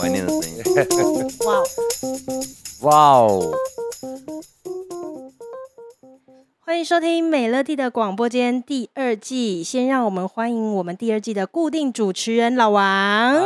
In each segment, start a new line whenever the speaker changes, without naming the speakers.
怀念的声音。
哇哦，
哇哦！
欢迎收听美乐蒂的广播间第二季。先让我们欢迎我们第二季的固定主持人老王。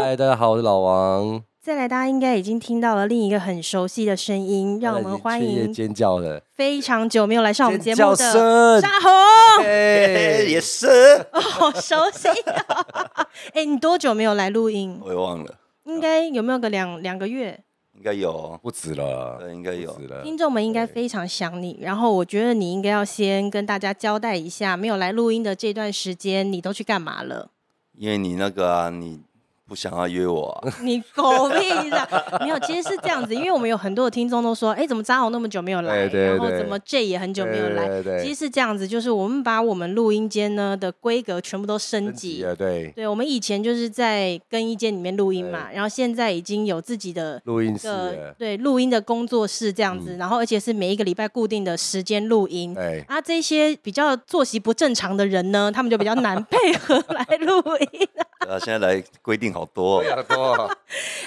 嗨，大家好，我是老王。
再来，大家应该已经听到了另一个很熟悉的声音，让我们欢
刚才已经
迎
雀跃尖叫的，
非常久没有来上我们
尖
节
叫
目的
声，
沙红。
哎， 也是，
哦，好熟悉、哦。 哎、你多久没有来录音？
我也忘了，
应该有没有个两两个月？
应该有哦，
不止了，
对，应该有
不。止了。
听众们应该非常想你，然后我觉得你应该要先跟大家交代一下，没有来录音的这段时间，你都去干嘛了？
因为你那个啊，你不想要约我啊、
你狗屁的！没有，其实是这样子，因为我们有很多的听众都说，哎，怎么扎红那么久没有来，
对对
然后
对
怎么 J 也很久没有来。
对对对
其实是这样子，就是我们把我们录音间呢的规格全部都升
升
级
级。了，对，
对，我们以前就是在更衣间里面录音嘛，
哎
然后现在已经有自己的
录音室
个
了，
对录音的工作室这样子，然后而且是每一个礼拜固定的时间录音。
嗯哎，
啊，这些比较作息不正常的人呢，他们就比较难 配合来录音。
对啊，现在来规定好多、
非
哦，
常多，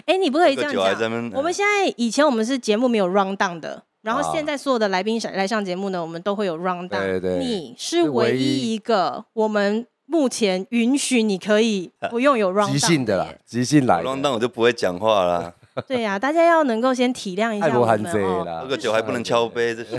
哎、你不可以这
喝
样
酒还在
讲。
那边。
我们现在以前我们是节目没有 round down 的，然后
啊
现在所有的来宾上来上节目呢，我们都会有 round down。
对对
你是
是唯
唯一
一
一个我们目前允许你可以不用有 round down
即兴的啦
耶。，
即兴来
我乱
的，
当我就不会讲话啦，
啊
对呀、大家要能够先体谅一
太
下
不
我
含
们
贼
哦。
啦，
喝个酒还不能敲杯，这是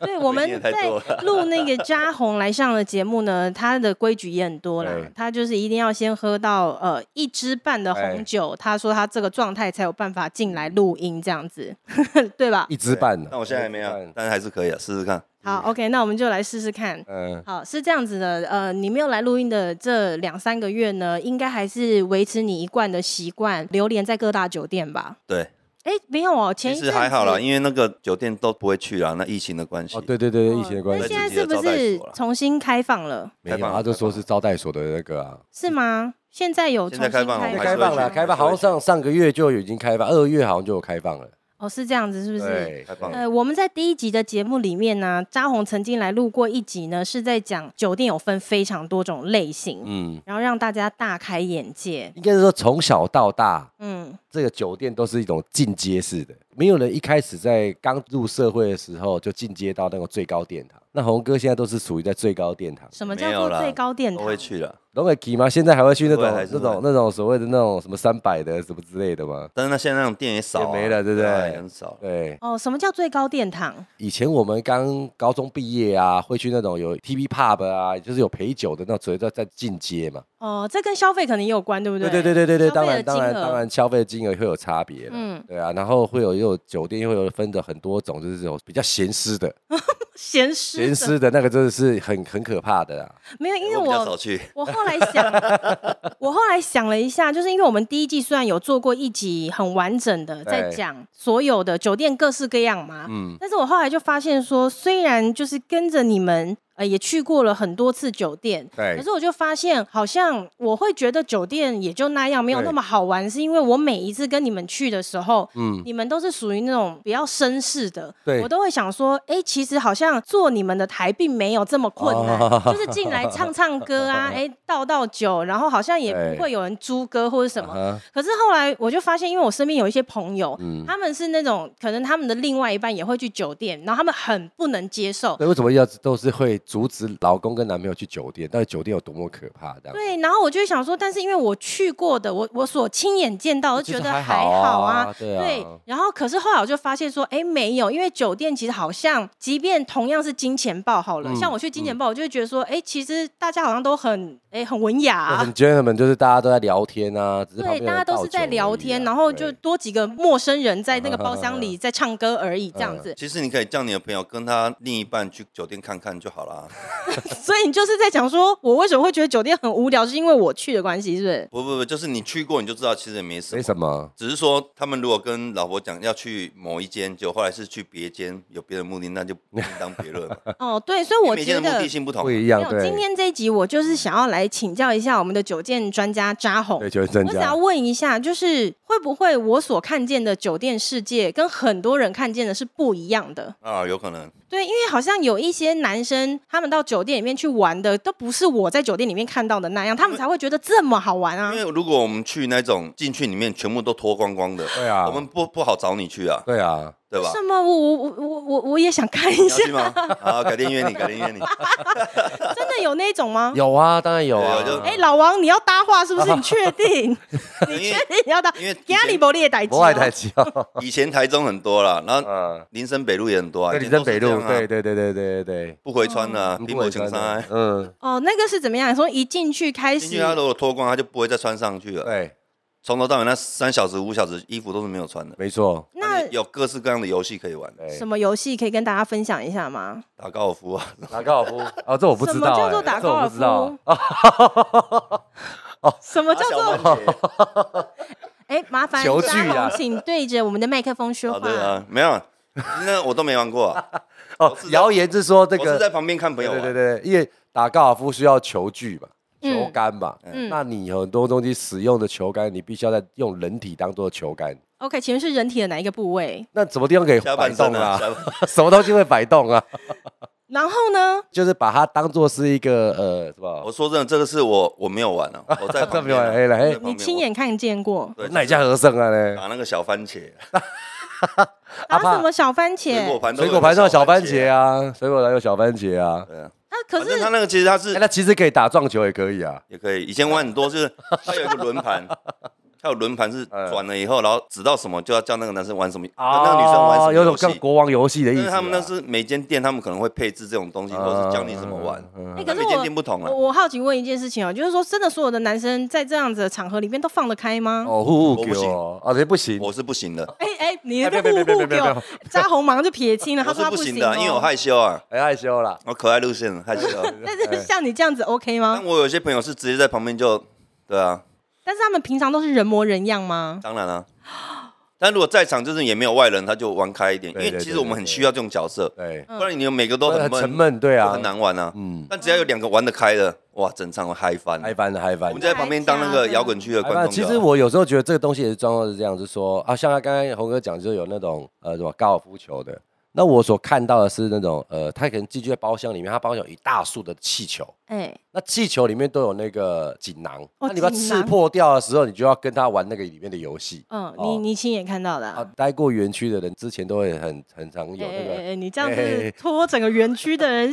对，我
规定
们
也太
在
多
录那个扎红来上的节目呢，它的规矩也很多啦
对。
他就是一定要先喝到呃一支半的
哎
红酒，他说他这个状态才有办法进来录音，这样子， 对吧？
一支半呢。
啊但我现在还没
一
有
支，半，
但是还是可以啊，试试看。
好，OK，那我们就来试试看。
嗯，
好，是这样子的，呃，你没有来录音的这两三个月呢，应该还是维持你一贯的习惯，流连在各大酒店吧？
对，
哎，没有哦，前
其
一
实
阵
还好啦，
子
因为那个酒店都不会去啦，那疫情的关系。
哦，对对对，疫情的关
那
系
现，在
自己
是
的
不
招待
是
所啦
重新哦开放了？
没有，啊他就说是招待所的那个啊，
是吗？现在有
现
重新
在开放了
开放
还是
开放
会
了，
去
开放，好像上上个月就已经开放，二月好像就有开放了，
哦，是这样子，是不是？
对，
太棒了
呃，我们在第一集的节目里面呢、扎红曾经来录过一集呢，是在讲酒店有分非常多种类型，
嗯，
然后让大家大开眼界。
应该是说从小到大，
嗯，
这个酒店都是一种进阶式的，没有人一开始在刚入社会的时候就进阶到那个最高殿堂。那红哥现在都是属于在最高殿堂，
什么
没
叫
有
做
啦
最高殿
都
堂？
会去了，
龙尾基吗？现在还会去那种
会还是
那
会
种那种所谓的那种什么三百的什么之类的吗？
但是那现在那种店也少、啊，
也没了对不对
啊很少。
对，
哦，什么叫最高殿堂？
以前我们刚高中毕业啊，会去那种有 TV pub 啊，就是有陪酒的那种，所谓在在进阶嘛。
哦，这跟消费可能也有关，对不
对
对
对对对对对，
消费
当然当然
的金额
当然，消费的金额会有差别的。
嗯
对啊，然后会有也有酒店会有分的很多种，就是有比较闲适的，
闲湿
咸
的
湿的那个真的是很很可怕的啊啦。
没有，因为
我比较少
我。
去，
我后来想， 我后来想了一下，就是因为我们第一季虽然有做过一集很完整的，在
对
讲所有的酒店各式各样嘛，
哎嗯，
但是我后来就发现说，虽然就是跟着你们，呃，也去过了很多次酒店，可
对
是我就发现，好像我会觉得酒店也就那样，没有
对
那么好玩，是因为我每一次跟你们去的时候，
嗯
你们都是属于那种比较绅士的，
对
我都会想说，哎、其实好像做你们的台并没有这么困难，
哦
就是进来唱唱歌 啊，哎、倒倒酒，然后好像也
对
不会有人猪歌或者什么，
啊，
可是后来我就发现，因为我身边有一些朋友，
嗯
他们是那种可能他们的另外一半也会去酒店，然后他们很不能接受。
对，为什么要都是会阻止老公跟男朋友去酒店？到底酒店有多么可怕？这样哎
对，然后我就会想说，但是因为我去过的，我我所亲眼见到，我就
其实
觉得
还
还
好啊
好啊。
对啊
然后可是后来我就发现说，哎，没有，因为酒店其实好像，即便同样是金钱豹好了，
嗯
像我去金钱豹，我就会觉得说，哎，其实大家好像都很哎很文雅
就
啊、
很 gentleman，就是大家都在聊天啊，只是旁边
对，
有人
大家都
倒
是
酒而
在
已
聊
啊
天，然后就
对
多几个陌生人在那个包 厢里在唱歌而已，这
嗯
样子。
其实你可以叫你的朋友跟他另一半去酒店看看就好啦。
所以你就是在讲说，我为什么会觉得酒店很无聊，是因为我去的关系，是 不是？
不不不，就是你去过你就知道，其实也没什
没
么。
什么。
只是说，他们如果跟老婆讲要去某一间，就后来是去别间，有别的目的，那就另当别论嘛。
哦，对，所以我
每间
觉
的目
得
的。性不同
不
嘛。
一
啊
样，
没有，
对，
今天这一集我就是想要来请教一下我们的酒店专家扎红
对，。酒店专
我只要
家，
问一下，就是会不会我所看见的酒店世界跟很多人看见的是不一样的？
啊，有可能
对，因为好像有一些男生，他们到酒店里面去玩的，都不是我在酒店里面看到的那样，他们才会觉得这么好玩啊
因。为如果我们去那种进去里面全部都脱光光的，
对啊
我们不不好找你去啊，
对啊，
对吧？
什么？我我我我我我也想看一
你
下
要，去吗？好，改天约你，改 天约你。
真的有那种吗？
有啊，当然有啊
对有就。
哎、老王，你要搭话是不是？你确定？
因为
你要搭？
因为以
给阿里
前
伯列代
不爱太急哦。
以前台中很多啦，然后
嗯，
林森北路也很多啊，
对，
以
你
前
在北
都是这
路
样，啊
对对对对对对，
不回穿啊，
嗯
平埔情山啊，
嗯，
哦，那个是怎么样？说一进去开
进去
始，
他如果脱光，他就不会再穿上去了。
对，
从头到尾那三小时、五小时衣服都是没有穿的。
没错。
那
有各式各样的游戏可以玩，
对
什么游戏可以跟大家分享一下吗？
打高尔夫啊，
打高尔夫？哦，这我不知道、
什么
哎
叫做打
这我不知道哦
高 什么叫做？
打小番茄
哎、麻烦
球具
嘉宏
啊
请对着我们的麦克风说
好
话。
的 啊，没有，那我都没玩过啊，
哦，谣言是说这
我是
个，
在旁边看朋
对
友啊
对对
玩。
对，因为打高尔夫需要球具嘛，
嗯
球杆嘛，
嗯
那你很多东西使用的球杆，你必须要在用人体当做球杆。
OK，请问是人体的哪一个部位？
那什么地方可以
下
摆
半
动
身
啊
啊，？下半
什么东西会摆动啊？
然后呢？
就是把它当做是一个呃什么
我说真的，这个是我我没有玩啊，我在
这
旁
没有
边啊，
哎来哎
我在旁边
你亲眼看见过
我对
哪家和尚啊嘞？
打那个小番茄，
打
怕
什么小番
水果
茄？
盘都
水
有
果盘上有小番
茄
茄
啊。
啊，水果盘有小番茄啊。
对啊，
啊，可
反正
是
他那个其实他
哎
是
那其实可以打撞球也可以啊。
也可以，以前玩很多就是它有一个轮盘，它有轮盘是
嗯
转了以后，然后指到什么就要叫那个男生玩什么，跟啊那个女生玩什么
哦有种
游
像
戏。
国王游戏的意
但
思
是
啊。
他们那是每间店，他们可能会配置这种东西，或者是教你怎么玩。
嗯。嗯嗯
哎、
嗯
可是
每间
我
店不同啊
我。我好奇问一件事情哦，就是说，真的所有的男生在这样子的场合里面都放得开吗？
哦，互互
我不
给
行
我哦，你不行，
我是不行的，
哎哎，你
哎
这
别别
个
别
户
别
户
别
给
别
我，扎红马上就撇清了，他
我
说他
是不行
行
的，
哦
因为我害羞啊，
很哎害羞啦。
我可爱路线 害羞。
但是像你这
哎
样子 OK 吗
但？我有些朋友是直接在旁边就，对啊，
但是他们平常都是人模人样吗？
当然啊。但如果在场就是也没有外人，他就玩开一点，因
对
为
对
其
对
实我们
对
很
对
需要这种角色，
对，
嗯
不然你有每个都
不然
很
很沉
闷，
闷，对
就
啊
很，难玩啊。
嗯，
但只要有两个玩得开的，哇，整场会嗨翻。
嗨翻了，嗨翻
我
了
们就。在旁边当那个摇滚区的
哎
观
那
众就
其
好。
实我有时候觉得这个东西也是状况是这样，就是说啊，像他刚才红哥讲，就是有那种呃什么高尔夫球的，那我所看到的是那种呃，他可能进去在包厢里面，他包厢有一大束的气球，
哎，那
那气球里面都有那个锦囊，那
哦
你把它
锦
刺
囊
破掉的时候，你就要跟他玩那个里面的游戏。
嗯，
哦
你你亲眼看到的啊
啊，，待过园区的人之前都会很很常有
哎
那
哎
个
哎，你这样
哎
子拖整个园区的人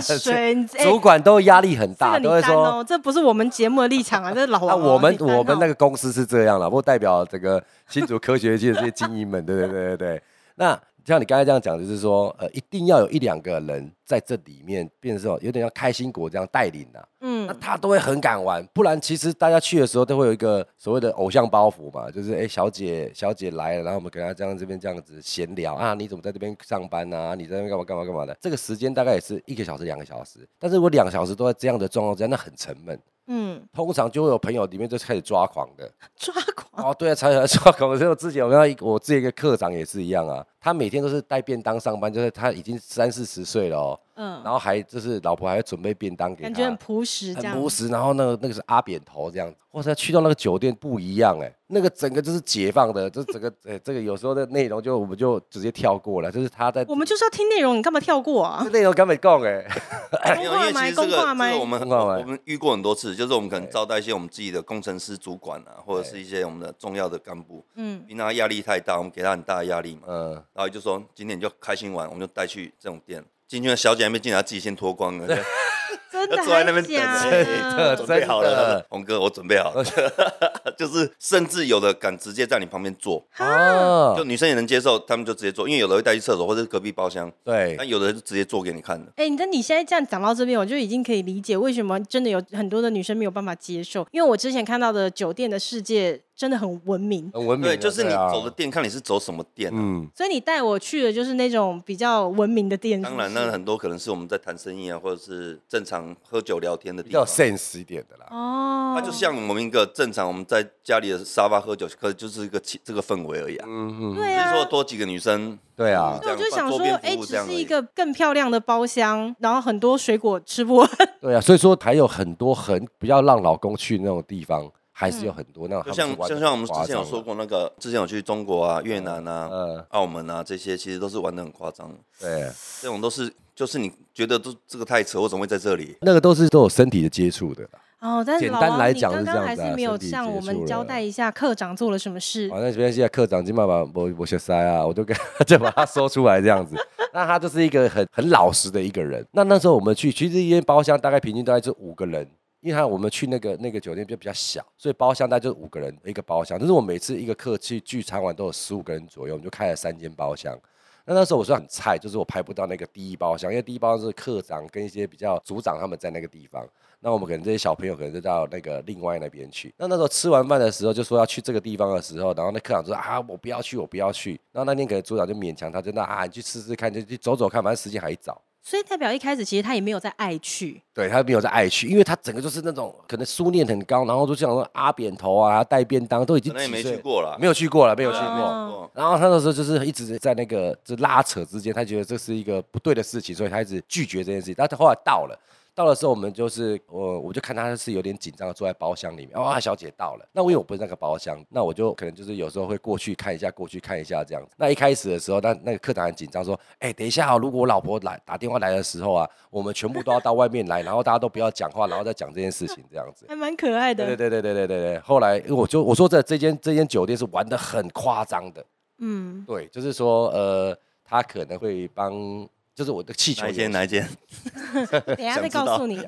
水，你哎
主管都压力很大，
这
都
个
会
你担
说。
哦，这不是我们节目的立场啊，这是老
那
王哦。
我们
你担哦
我们那个公司是这样了，不过代表这个新竹科学界的这些精英们，对对对对对。 那像你刚才这样讲，就是说，呃，一定要有一两个人在这里面，变成这种有点像开心果这样带领的、啊那
嗯，
他都会很敢玩，不然其实大家去的时候都会有一个所谓的偶像包袱嘛，就是哎、诶小姐小姐来了，然后我们给她这样这边这样子闲聊啊，你怎么在这边上班啊？你在那边干嘛干嘛干嘛的？这个时间大概也是一个小时两个小时，但是我两个小时都在这样的状况之下，那很沉闷。
嗯，
通常就会有朋友里面就开始抓狂的，
抓狂，
哦，对啊，常常抓狂。所以我之前我跟他一我自己一个课长也是一样啊，他每天都是带便当上班，就是他已经三四十岁了、哦，然
嗯，
后还就是老婆还会准备便当给他，
感觉很朴实，这
很
样
朴实，然后那个那个是阿扁头这样子，哇塞，去到那个酒店不一样哎、那个整个就是解放的，这整个 哎、这个有时候的内容就我们就直接跳过了，就是他在
我们就是要听内容，你干嘛跳过啊
这？内容根本够 哎，
公
没有，因
话
为其
麦，
实这
公
个
话
这
麦
个我，们很
公话麦
我们遇过很多次，就是我们可能招待一些我们自己的工程师主管啊，或者是一些我们的重要的干部，
嗯，
因为他压力太大，我们给他很大的压力嘛，
嗯，
然后就说今天你就开心玩，我们就带去这种店。进去的小姐还没进来，她自己先脱光了，
真的
她坐在那边
还啊
着
假
等
的？
准备好
真的
了。 红哥，我准备好了， 就是甚至有的敢直接在你旁边坐，
啊
就，女生也能接受，他们就直接坐，因为有的会带去厕所或者是隔壁包厢，
对
但有的是直接做给你看的。
哎、那你现在这样讲到这边，我就已经可以理解为什么真的有很多的女生没有办法接受，因为我之前看到的酒店的世界真的很文明，
很文明啊，
对，就是你
啊
走的店，看你是走什么店啊。
嗯，
所以你带我去的就是那种比较文明的店。
当然，
是不
那
是
很多可能是我们在谈生意啊，或者是正常喝酒聊天的
比
地
较有
方。
sense 一点的啦。
哦，
它就像我们一个正常我们在家里的沙发喝酒，可就是一个气这个氛围而已啊。
嗯嗯，
对
只是
啊，
说多几个女生，
对啊
对，
这
我
样
就想
桌
说，
边
哎、
服务这
只
样而
是
已
一个更漂亮的包厢，然后很多水果吃不完。
对啊，所以说还有很多很不要让老公去那种地方，还是有很多那种
就
他
像
们是玩得
就像我
很
们之
夸
前有
张
说
的，
过，那个之前有去中国啊、越南啊、
呃，
澳门啊这些，其实都是玩的很夸张的。
对，
这种都是就是你觉得都这个太扯，我怎么会在这里？
那个都是都有身体的接触的啦，
哦，但是
简
老
单
王，
来
你
讲
刚
是这
刚
样
还
子
是
啊
没有
身体
向
接
我们
触
交
了啊
代一下课长做了什么事
哦好，。那这边现在课长金爸爸，我我先塞啊，我就跟就把他 说出来这样子。那他就是一个很很老实的一个人。那那时候我们去，其实一间包厢大概平均大概就五个人，因为他我们去那个那个酒店就比较小，所以包厢大概就五个人一个包厢。但是我每次一个客去聚餐完都有十五个人左右，我们就开了三间包厢。那那时候我说很菜，就是我排不到那个第一包厢，因为第一包厢是课长跟一些比较组长他们在那个地方。那我们可能这些小朋友可能就到那个另外那边去。那那时候吃完饭的时候就说要去这个地方的时候，然后那科长就说啊我不要去，我不要去。然后那天可能组长就勉强他，就那啊你去试试看，就去走走看，反正时间还早。
所以代表一开始其实他也没有在爱去，
对他没有在爱去，因为他整个就是那种可能书念很高，然后就想说阿扁头啊、带便当，都已经
可能也
几
没
岁
去
了，
过啦，
没有去过了，没有去
对
过。
啊
过
过。
然后他那时候就是一直在那个就拉扯之间，他觉得这是一个不对的事情，所以他一直拒绝这件事情。但他后来到了，到的时候我们就是我我就看他是有点紧张的坐在包厢里面，哇、小姐到了。那因为我不是那个包厢，那我就可能就是有时候会过去看一下，过去看一下这样子。那一开始的时候，那那个课长很紧张，说：“哎、等一下哦，如果我老婆来打电话来的时候啊，我们全部都要到外面来，然后大家都不要讲话，然后再讲这件事情这样子。”
还蛮可爱的。
对对对对对对对对。后来因为我就我说这这间这间酒店是玩的很夸张的。
嗯，
对，就是说，呃，他可能会帮，就是我的气球
哪一间
游戏，
哪一间？
等一下再
想知道
告 诉你，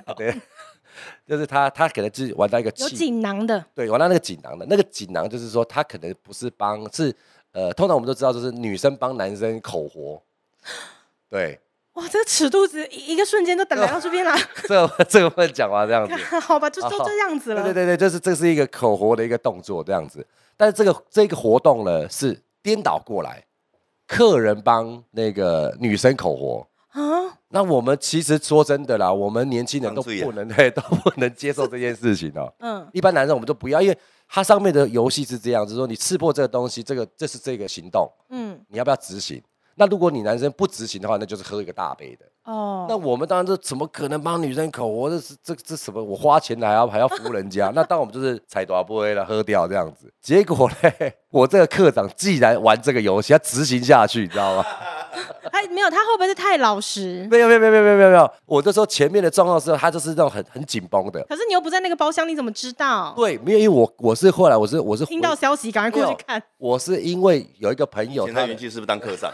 就是他他可能就是玩到一个
有
气，
锦囊的，
对，玩到那个锦囊的，那个锦囊就是说，他可能不是帮，是呃，通常我们都知道，就是女生帮男生口活，对，
哇，这个尺度只一一个瞬间就等来到这边
哦
啦。
这个 这个不能讲完这样子。
好吧，就就这样子了。
哦对对对对，就是这是一个口活的一个动作这样子。但是这个这个活动呢是颠倒过来，客人帮那个女生口活，
啊，
那我们其实说真的啦，我们年轻人
当
都
醉
不能、 对都不能接受这件事情哦、
嗯，
一般男生我们都不要，因为它上面的游戏是这样，就是说你刺破这个东西，这个这是这个行动，
嗯，
你要不要执行？那如果你男生不执行的话，那就是喝一个大杯的。
哦，
那我们当然这怎么可能帮女生口活？这是这这什么？我花钱来啊，还要服务人家？那 当然我们就是踩多不会了，喝掉这样子。结果嘞， 我这个课长既然玩这个游戏，他执行下去，你知道吗？
哎，没有，他会不会是太老实？
没有没有没有没有没有没有没有，我就说前面的状况是，他就是那种很很紧绷的。
可是你又不在那个包厢，你怎么知道？
对，没有，因为我我是后来我是我是回
听到消息赶快过去看。
我是因为有一个朋友
现
他
在
的
云，记是不是当科长？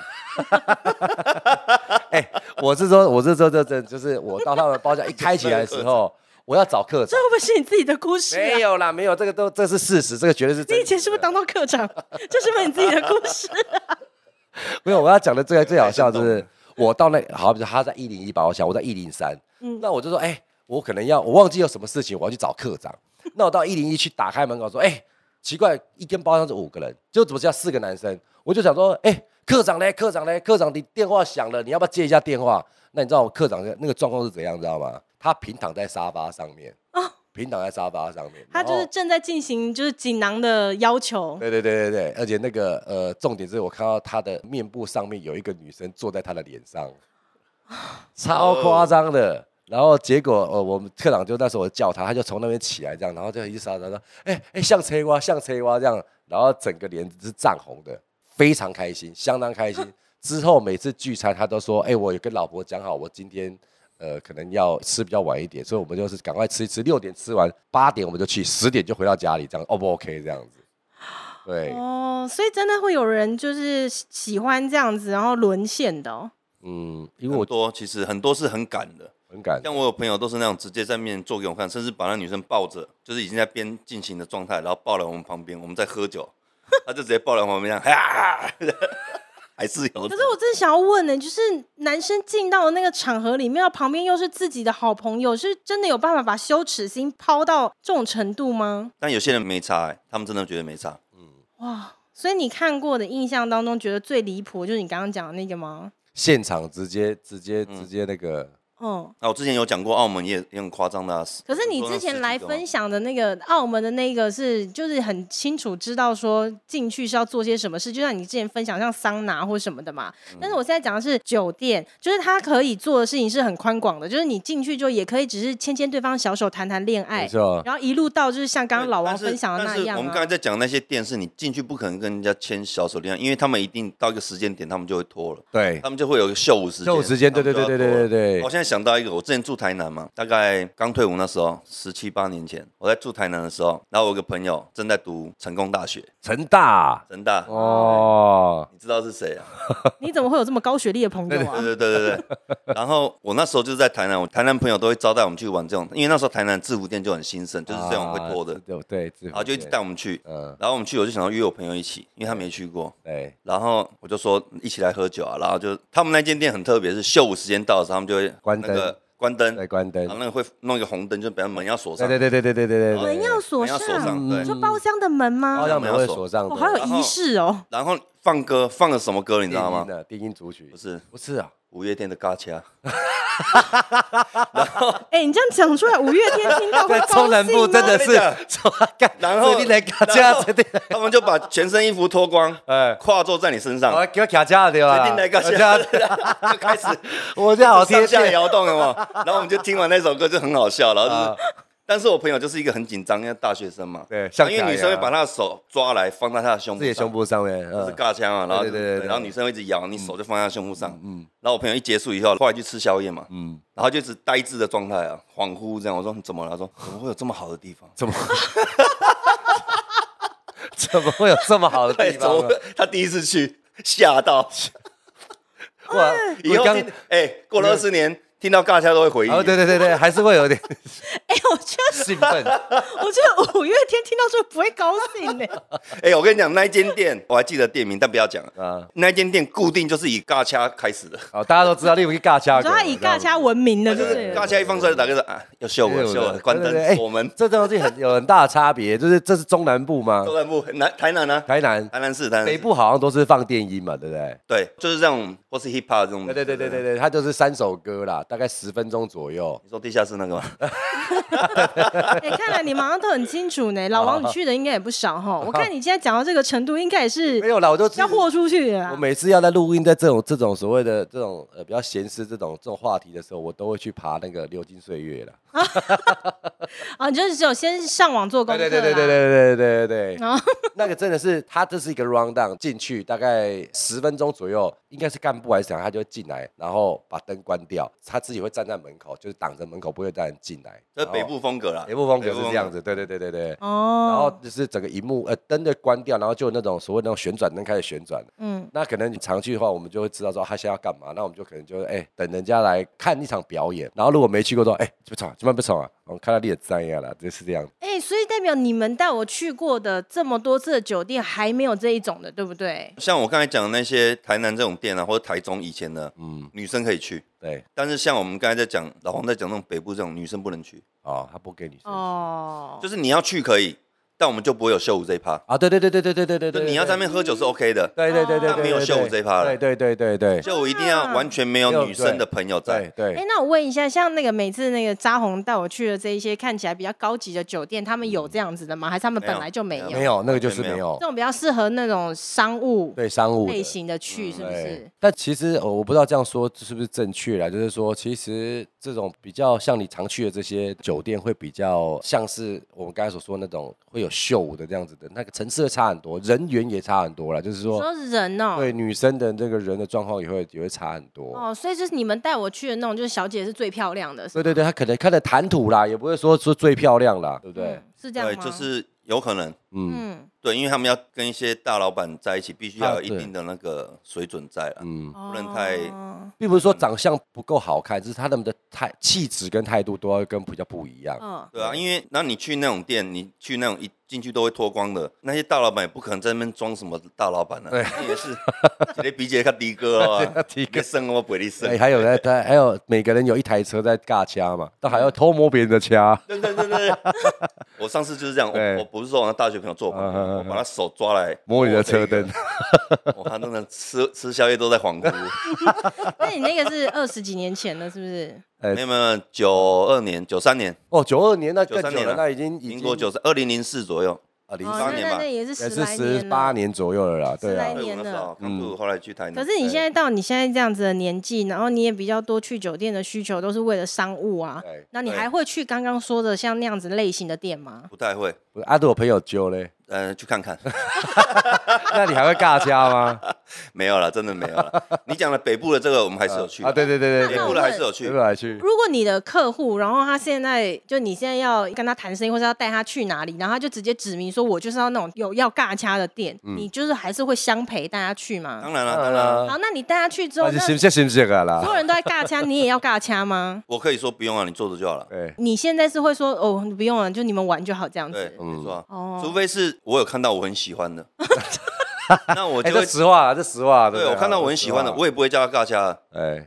哎，我是说我是说这这就是我到他们包厢一开起来的时候，我要找课
这
长，
会不会是你自己的故事啊
没？有啦，没有，这个都这是事实，这个绝对是真
你
实。
以前是不是当到课长？ 这是不是你自己的故 事？
没有，我要讲的最最好笑就
太
是我到那好，比如他在一零一包厢，我在一零三，
嗯
那我就说，哎、我可能要我忘记有什么事情，我要去找科长。那我到一零一去打开门口说，哎、奇怪，一间包厢是五个人，就怎么叫四个男生？我就想说，哎、科长嘞，科长嘞，科长，你电话响了，你要不要接一下电话？那你知道我科长的那个状况是怎样，知道吗？他平躺在沙发上面，
哦
平躺在沙发上面，
他就
然
是
后
正在进行就是锦囊的要求。
对对对对对，而且那个呃，重点是我看到他的面部上面有一个女生坐在他的脸上，超夸张的。然后结果呃，我们特长就那时候我叫他，他就从那边起来这样，然后就一撒他说，哎、哎、像青蛙像青蛙这样，然后整个脸是涨红的，非常开心，相当开心。之后每次聚餐，他都说，哎、我有跟老婆讲好，我今天。呃，可能要吃比较晚一点，所以我们就是赶快吃一吃，六点吃完，八点我们就去，十点就回到家里，这样 O 不 OK 这样子？对，
哦，所以真的会有人就是喜喜欢这样子，然后沦陷的、哦。
嗯，因为
很
我
多其实很多是很赶的，
很感
像我有朋友都是那种直接在面前做给我看，甚至把那女生抱着，就是已经在边进行的状态，然后抱来我们旁边，我们在喝酒，他就直接抱来我们旁边，这样 哈，还是有的。
可是我真的想要问呢、就是男生进到那个场合里面，旁边又是自己的好朋友，是真的有办法把羞耻心抛到这种程度吗？
但有些人没差、欸，他们真的觉得没差。
哇！所以你看过的印象当中，觉得最离谱就是你刚刚讲的那个吗？
现场直接直接
嗯
直接那个，
嗯，
那、我之前有讲过，澳门也也很夸张的、啊。
可是你之前来
哦
分享的那个澳门的那个是，就是很清楚知道说进去是要做些什么事，就像你之前分享像桑拿或什么的嘛。但
嗯
是我现在讲的是酒店，就是它可以做的事情是很宽广的，就是你进去就也可以只是牵牵对方小手谈谈恋爱
没，错，
然后一路到就是像刚刚老王
但是
分享的那
但是
样
我们
啊
刚才在讲那些店，是你进去不可能跟人家牵小手恋爱，因为他们一定到一个时间点，他们就会脱了。
对，
他们就会有个秀舞时间，
秀舞时间对对对对对对对
哦我现在想到一个，我之前住台南嘛，大概刚退伍那时候，十七八年前，我在住台南的时候，然后我有个朋友正在读成功大学，
成大
成大，
哦，
你知道是谁啊？
你怎么会有这么高学历的朋友啊？
对对对对 对。然后我那时候就是在台南，我台南朋友都会招待我们去玩这种，因为那时候台南制服店就很兴盛，就是这种会脱的
啊，对对，制服
然后就一直
店
带我们去。
嗯，
然后我们去，我就想要约我朋友一起，因为他没去过。
对，
然后我就说一起来喝酒啊，然后就他们那间店很特别，是秀舞时间到的时候，他们就会
关
那个关灯，
在关灯
然后，那个会弄一个红灯，就表示门要锁上。
对对对对对对对对，
门要锁
门要
上，
锁上，对。
就包厢的门吗
好？像门会锁上
哦，
的，
好有
然
仪
后
式哦。
然后放歌放了什么歌，你
你
知道吗？
的低音组曲
不是
不是啊，
五月天的《嘎掐》，
哎、你这样讲出来，五月天听到会
在
高
中南
兴哦
部
吗
真的是
我跟，啊然后
你来卡
然
家，
后
指定
他们就把全身衣服脱光，
哎，
跨坐在你身上，
我哦给我卡家对吧？
决定来嘎
我这
掐，
样
就开始
我这样好贴
上下
切，
摇动了嘛。然后我们就听完那首歌就很好 笑，然后就是。但是我朋友就是一个很紧张，因为大学生嘛，
啊对像
因为
假
女生会
牙
把她的手抓来放在她的胸部
自己
上，
胸部上面，
就是
嗯，
尬枪啊，然后
对对对对对
然后女生会一直咬，你手就放在胸部上，嗯，然后我朋友一结束以后，后来去吃宵夜嘛，嗯，然后就一直呆滞的状态啊，恍惚这样，我说你怎么了？他说怎么会有这么好的地方？
怎么 怎么会有这么好的
对，
地
哎怎
方
么
啊？
会？他第一次去吓到，
哇，
以
我
后
刚
听哎，过了二十年，听到尬枪都会回忆，
哦，对对对对，还是会有 点
哎、我觉得，
兴奋。
我觉得五月天听到这个不会高兴呢、
哎，我跟你讲，那一间店 我还记得店名，但不要讲了，
啊，
那一间店固定就是以尬枪开始的。
好，哦大家都知道，例如一尬掐
你
狗，
说他以
啊
尬掐闻名的，对不对？
尬枪一放出来，打开说啊，要秀
对
我
对
秀我，
对
关
对对对
灯
哎
锁门。
这东西很有很大的差别，就是这是中南部吗
中？南部南台南呢？
哦台南
台南市，台南市
北部好像都是放电音嘛，对不对？
对，就是这种，或是 hip hop 这种。
对对对对对对，它就是三首歌啦，大概十分钟左右。
你说地下室那个吗？
哦
哎、看来你马上都很清 楚呢、老王，你去的应该也不少哈。我看你现在讲到这个程度，应该也是
没有啦，我就
要豁出去了
我
啊。
每次要在录音，在这种这种所谓的这种呃比较闲适这种这种话题的时候，我都会去爬那个《流金岁月》啦。
啊，你就是只有先上网做功
对
课啦。
对对对对对对对对对
哦，
那个真的是他这是一个 round down 进去，大概十分钟左右，应该是干部还是怎样，他就会进来，然后把灯关掉，他自己会站在门口，就是挡着门口，不会让人进来。
这北部风格啦，
北部风格是这样。子，对对对对对。然后
哦，
就是整个荧幕呃灯的关掉，然后就有那种所谓那种旋转灯开始旋转。
嗯，
那可能你常去的话，我们就会知道说啊他现在要干嘛。那我们就可能就哎、等人家来看一场表演。然后如果没去过的话，哎、不吵，千万不吵啊！我们看到你也这样了，就是这样。
哎、所以代表你们带我去过的这么多次的酒店，还没有这一种的，对不对？
像我刚才讲的那些台南这种店啊，或者台中以前的，
嗯，
女生可以去。
对，
但是像我们刚才在讲，老黄在讲那种北部这种女生不能去，
哦，他不给女生。
哦，
就是你要去可以，但我们就不会有秀舞这一趴。
啊，对对对对对对对对
就
对，
你要在那边喝酒是 OK 的，
对啊对对对，对
没有秀舞这一趴了
对对对对对对
秀舞一定要完全没有女生的朋友在。
对对
哎、那我问一下，像那个每次那个扎红带我去的这一些看起来比较高级的酒店，他们有这样子的吗？还是他们本来就没有？
没
没有那个就是
完全
没
没有
有
这，种比较适合那种商务
对商务的嗯
类型的去，是不
对
是？，
但其实呃我不知道这样说是不是正确啦，就是说，其实这种比较像你常去的这些酒店，会比较像是我们刚才所说那种会有秀舞的这样子的，那个层次会差很多，人员也差很多啦，就是说，
说人哦、
对女生的这个人的状况也会也会差很多。
哦，所以就是你们带我去的那种，就是小姐是最漂亮的，是
对对对，她可能看的谈吐啦，也不会说说最漂亮啦，对不
不是
对？
嗯是这样
对，
吗？
就是有可能。
嗯
嗯，
对，因为他们要跟一些大老板在一起，必须要有
啊
一
对
定的那个水准在啊了。
嗯，
不
能太
哦
并不是说长相不够好看，只是他们的态气质跟态度都要跟比较不一样。，
嗯，
对啊，因为那你去那种店，你去那种一进去都会脱光的，那些大老板也不可能在那边装什么大老板呢、啊，对，也是，直接比起来看的哥啊
的哥
你生我不会生
哎，，还有呢，他还有每个人有一台车在尬掐嘛，但还要偷摸别人的掐。
对对对对，我上次就是这样，
对
我我不是说我那大学朋友坐我旁
嗯
边，
嗯嗯嗯
我把他手 抓来
摸你的车灯，
哦我他真的吃吃宵夜都在恍惚。
那你那个是二十几年前了，是不是？
哎
没有没有，九二年、九三年，
哦，九二年那更
93
久
年
了，
了
那已经已
民国
经
九三二零零四左右，
啊零
哦，
三
那
年
年
那
吧
那也是
也
十
是
来
十
年
八
了。
年左右了嗯啦，对
来
啊
那，
对，我
年
那时
了
候刚入后来去台
可
南，
是你现在到你现在这样子的年纪，然后你也比较多去酒店的需求都是为了商务啊
对。
那你
对
还会去刚刚说的像那样子类型的店吗？
不太会，
不是阿杜啊有朋友揪嘞，
嗯，去看看，
那你还会尬掐吗？
没有了，真的没有了。你讲的北部的这个，我们还是有去
啊，对对对对
北
那
部
我
对，
的还是有去啊
对，不来去，
如果你的客户，然后他现在就你现在要跟他谈生意，或是要带他去哪里，然后他就直接指明说，我就是要那种有要尬掐的店，你就是还是会相陪带他去吗？
嗯当然了，
当
当
然
然
啊
了，
好，那你带他去之后，
那就
那所
行不行行不行啊啦？
有人都在尬掐，你也要尬掐吗？
我可以说不用啊，你坐着就好了。
对，
你现在是会说哦，不用了，就你们玩就好这样
对
子，。
嗯
没错啊，
哦
除非是我有看到我很喜 欢的，那我
哎，
就
这
会。
实话啊，这实啊话啊，
对
不
我看到我很喜欢的，，我也不会叫他尬掐。
这实话啊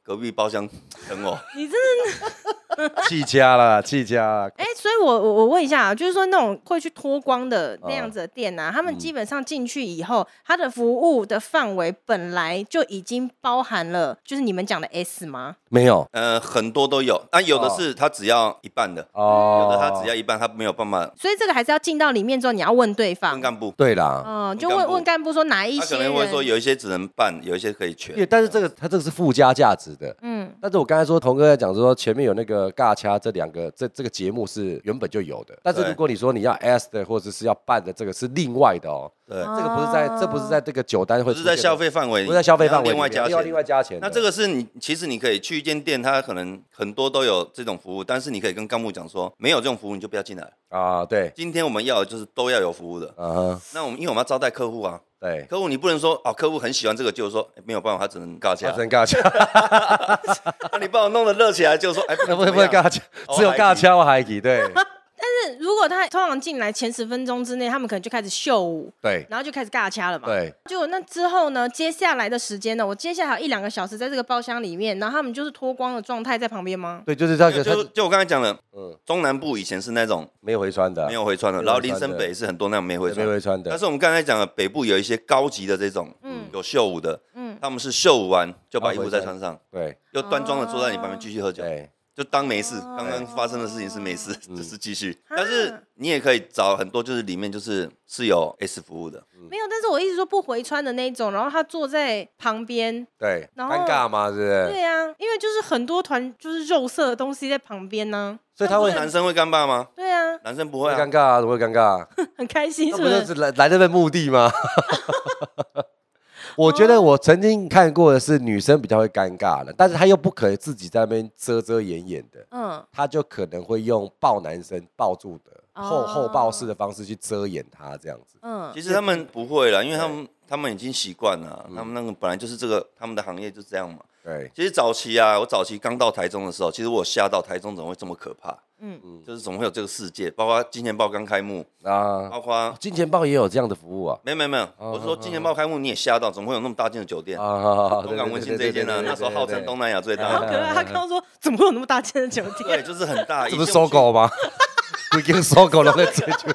隔壁包厢等 我，
你真的
哎，气家啦，气家 啦，
哎、所以我我我问一下啊，就是说那种会去脱光的那样子的店
嗯
啊，他们基本上进去以后，他的服务的范围本来就已经包含了，就是你们讲的 S 吗？
没有
呃，很多都有，但有的是他只要一半的，有的
哦，
他只要一半，他没有办法
所以这个还是要进到里面之后，你要问对
分
方，
干部，
对啦，
嗯，就
问干
问
部
问干部说哪一
他
些
可
人
能会说有一些只能半，有一些可以全
因为。但是这个它这个是附加价值的，
嗯，
但是我刚才说，童哥在讲说前面有那个尬掐这两个，这这个节目是原本就有的。但是
对
如果你说你要 S 的或者是要办的，这个是另外的哦，
对，
这个不是在这不是在这个酒单会
不
出
是
现的
在消，费范围里，
不是在消费范围里
你要另外
面
加
你要另外
钱。
加钱的。
那这个是你，其实你可以去一间店，它可能很多都有这种服务，但是你可以跟干部讲说，没有这种服务你就不要进来。
啊，对，
今天我们要的就是都要有服务的。
啊哈，
那我们因为我们要招待客户啊，
对，
客户你不能说哦，客户很喜欢这个，就是说、哎没有办法，他只能尬
不
价。
能尬掐，
那你把我弄得热起来，就说哎，
那
不
不能
能
不能尬
价。
掐，
哦
只有
还
尬
可以
掐我还可以， 对
但是如果他通常进来前十分钟之内，他们可能就开始秀舞，
对
然后就开始尬掐了嘛。。
对，
就那之后呢，接下来的时间呢，我接下来还有一两个小时在这个包厢里面，然后他们就是脱光的状态在旁边吗？
对，就是这个，
就
他
就我刚才讲了，
嗯
中南部以前是那种
没有回穿的，
没有回穿的，
没有
然后
回
林
穿的
森北是很多那种没回
对没
穿
有。回穿
但
的，
是我们刚才讲了，北部有一些高级的这种，
嗯
有秀舞的，
嗯
他们是秀舞完就把衣服再
然后
穿上，
对
又端庄的坐在你旁边继续喝酒，
对，
就当没事。
哦
刚刚发生的事情是没事，
嗯
就是继续。
啊
但是你也可以找很多，就是里面就是是有 S 服务的，
没有，但是我一直说不回穿的那种，然后他坐在旁边，
对，
然后
尴尬嘛，是不是？
对啊，因为就是很多团就是肉色的东西在旁边呢、
所以他会
男生会干爸吗？
对啊，
男生不
会
会啊
尴。尬啊，怎么会尴尬？
很开心
那
是
啊不
不？
就是是来来这份目的吗？ 我觉得我曾经看过的是女生比较会尴尬的，但是她又不可能自己在那边遮遮掩掩的，
嗯，
她就可能会用抱男生抱住的后
哦
后抱式的方式去遮掩他这样子。
嗯，
其实他们不会啦，因为他们他们已经习惯了，
嗯
他们那个本来就是这个，他们的行业就是这样嘛。
对，
其实早期啊，我早期刚到台中的时候，其实我有吓到台中怎么会这么可怕？
嗯
嗯，就是怎么会有这个世界？包括金钱豹刚开幕，
啊，
包括
金钱豹也有这样的服务啊。
没有没有没有，我是说金钱豹开幕你也吓到，怎么会有那么大间的酒 店？
啊，
东港温馨这一间呢，那时候号称东
南，
南亚最
好可
啊
大，
爱。他刚刚说怎么会有那么大间的酒
对，
店？
就是很 大，
这不是
以前
搜
我去？
狗吗？不跟搜 狗了，在追求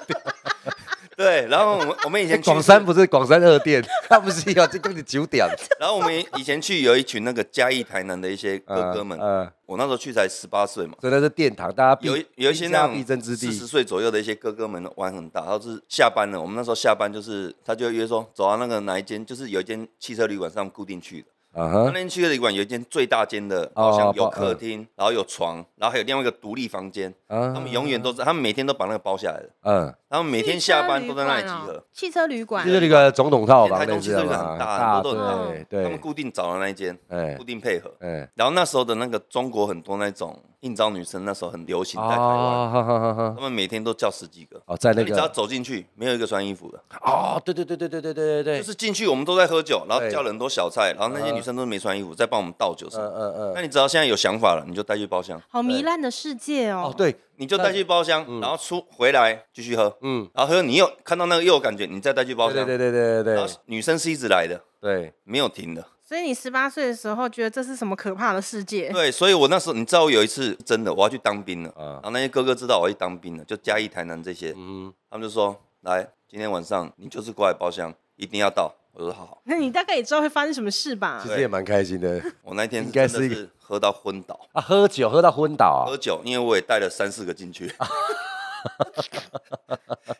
对，然后我们我们以前去
哎广山，不是广山二店， 他不是有这跟你九 点
然后我们以前去有一群那个嘉义、台南的一些哥哥们，
嗯嗯
我那时候去才十八岁嘛。
所以那是殿堂，大家必
有一有一些
兵
那
家
种
必争之
四十
地。
岁左右的一些哥哥们玩很大，然后是下班了，我们那时候下班就是他就会约说走啊那个哪一间，就是有一间汽车旅馆上固定去的，
啊
那
哈，
间汽车旅馆有一间最大间的包厢
哦，
有
包
客厅，然后有床，然后还有另外一个独立房间，
啊
他们永远都是他们每天都把那个包下来的，
嗯，
他们 每天下班都在那里集合。
汽车旅馆啊
这就是一个总统套房
台
类
中汽
似
车
的
旅馆
嘛，啊
很大，很多都很
对
大，他
对，
们固定找的那一间，
哎
固定配合。
哎，
然后那时候的那个中国很多那种应招女生，那时候很流行在台湾，
啊，哈哈哈哈
他，们每天都叫十几个。
哦，在那
那你只要
个，
走进去，没有一个穿衣服的，
哦，对对对对对对对对对，
就是进去我们都在喝酒，然后
对
叫了很多小菜，然后那些女生都没穿衣服，在帮我们倒酒什
嗯
么。
嗯
那
嗯，
你只要现在有想法了，你就带去包厢，
好糜烂的世界哦。
哦，对，
你就带去包厢，然后出回来继续喝，
嗯，
然后喝你又看到那个又有感觉，你再带去包
对
厢
对。对对对对
然后女生是一直来的，
对，
没有停的，
所以你十八岁的时候觉得这是什么可怕的世 界？
对，所以我那时候，你知道我有一次真的我要去当兵了，
哎啊
然后那些哥哥知道我要去当兵了，就嘉义、台南这些，
嗯，
他们就说来，今天晚上你就是过来包厢，一定要到。我说好，
那你大概也知道会发生什么事吧
其？实也蛮开心的。
我那一天
应该
真的
是一
是喝到昏倒，
啊，喝酒喝到昏倒啊
喝！酒，因为我也带了三四个进去，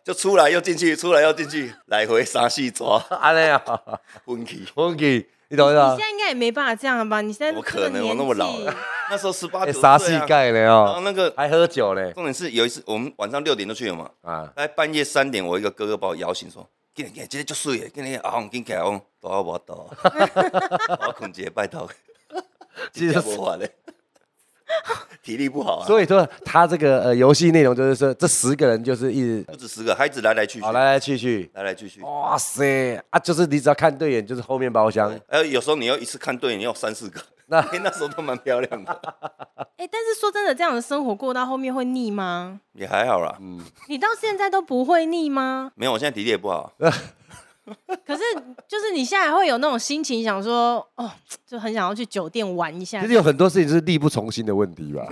就出来又进去，出来又进去，来回三四抓
安尼啊，
昏去。
昏去，你懂不
你
懂
现？在应该也没办法这样吧？你现在
啊怎么
这
可
个
能？我那
年
么老
纪
了，那时候十八
哎，
九岁
啥
啊嗯
世界呢
然后
哦，
那个
还喝酒呢
重点是有一次我们晚上六点就去了嘛，
啊！
大概半夜三点，我一个哥哥把我摇醒说：“今天今天今天就睡耶，今天啊，我今天我大我倒， 我要困节拜托，
其实
这不 完嘞，体力不好啊，
所以说他这个呃游戏内容就是说，这十个人就是一直
不止十个，孩子来来去去，
好来哦来去去，
来来去去。
哇塞啊！就是你只要看对眼，就是后面包厢。
还有呃有时候你要一次看对，你要三四个， 那那时候都蛮漂亮的，
哎、但是说真的，这样的生活过到后面会腻吗？
也还好啦。
你到现在都不会腻吗？
没有，我现在体力也不好，
可是就是你现在还会有那种心情，想说哦，就很想要去酒店玩一下
其实。有很多事情是力不从心的问题吧？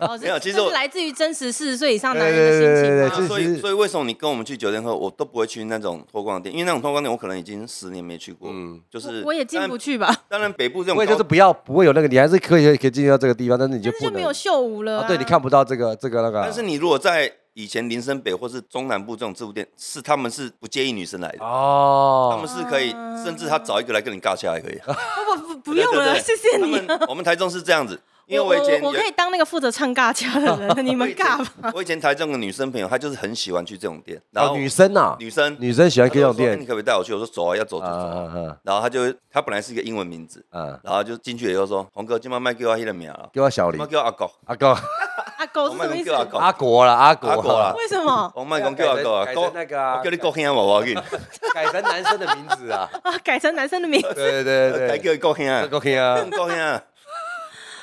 哦，这
没有其实
这
我
是来自于真实四十岁以上男
对
人的
对对
心情
对
吗？
对对
所
其
以
实
所以为什么你跟我们去酒店喝，我都不会去那种脱光的店，因为那种脱光店我可能已经十年没去过，嗯，就是
我我也进不
去。
去吧，
当然北部这种
我也就是
高
不要不会有那个，你还是可以可以进入到这个地方，但是你就
但是
不
就没有
能
秀舞了、
哦
啊，对你看，不到这个这个那个啊。
但是你如果在以前林森北或是中南部这种制服店，是他们是不介意女生来的，他
哦
们，是可以，甚至他找一个来跟你尬起来也可以。
不不啊 不
不
用了，谢谢你。啊
我们台中是这样子，因为
我
我以前
我我
有
可以当那个负责唱尬掐的人，你们尬吧。
我以前台中的女生朋友，她就是很喜欢去这种店，然
然后
后
女生啊，
哦女生
女生喜欢
她
去这
就
种
说哎你
店
可不可以带我去？我说走啊，要走就
啊
走。
啊
然后她就她本来是一个英文名字，
啊啊！
然后就进去以后说：“红哥，今晚卖给我那个名啊，
给我小
今
林
晚，给我阿狗，
阿狗
啊，狗是什么意思？
我们叫阿
阿国啦，阿国啊
阿狗 啦，
为什么
我卖讲叫阿狗啊，
改
狗
成那个啊
我叫你狗兄好不好？
改成男生的名字 啊！
啊？改成男生的名字，
对对
还
对对，
叫你狗兄啊，
够可以啊！
狗兄 啊。”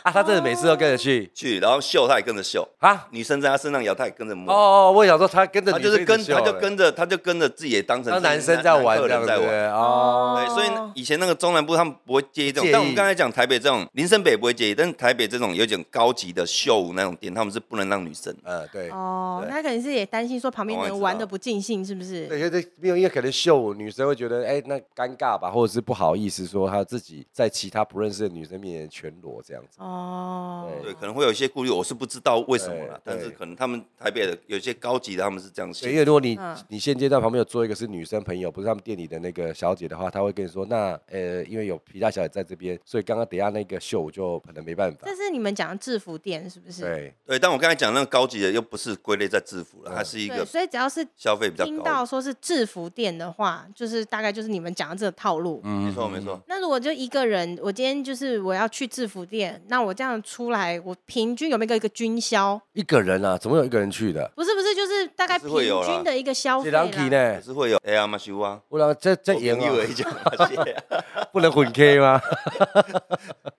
啊，他真的每次都跟着去
去，然后秀他也跟着秀，
啊！
女生在他身上摇，他也跟着摸。
哦哦，我也想说他跟着
他
女
就
生
是
一直
跟
秀
他就
了
跟着他就跟着自己也当成
当
是
男生在玩
男客
这样子
人在玩。
对哦。
对，所以以前那个中南部他们不会介意这
介意
种，但我们刚才讲台北这种，林森北不会介意，但是台北这种有点高级的秀舞那种店，他们是不能让女生。
呃，对，
哦，
对
他可能是也担心说旁边
我
的
也
人
知
玩
道
的不尽兴，是不
对，
是？
因为这没有，因为可能秀舞，女生会觉得哎、那尴尬吧，或者是不好意思说她自己在其他不认识的女生面前全裸这样子。
哦，
对，可能会有一些顾虑，我是不知道为什么啦
对，
但是
对
可能他们台北的有些高级的他们是这样
对，因
写。
为如果你、
嗯
你现阶段旁边有做一个是女生朋友，不是他们店里的那个小姐的话，她会跟你说，那呃，因为有皮大小姐在这边，所以刚刚等一下那个秀舞就可能没办法
这。是你们讲的制服店是不是？
对，
对，但我刚才讲那个高级的又不是归类在制服了，它是一个
所以只要是
消费比较
听
高
到
的。
说是制服店的话，就是大概就是你们讲的这个套路。
没错没
嗯
错，
那如果就一个人，我今天就是我要去制服店，那我这样出来，我平均有没有一个均消？
一个人啊，怎么有一个人去的？
不是不是，就是大概
是
平
会有啦
均的一个消
这
费
两期
啦。
也
呢？
是会有哎呀马修啊，
我俩这这
我朋
演
友
啊，
也讲那些啊。
不能混 K 吗？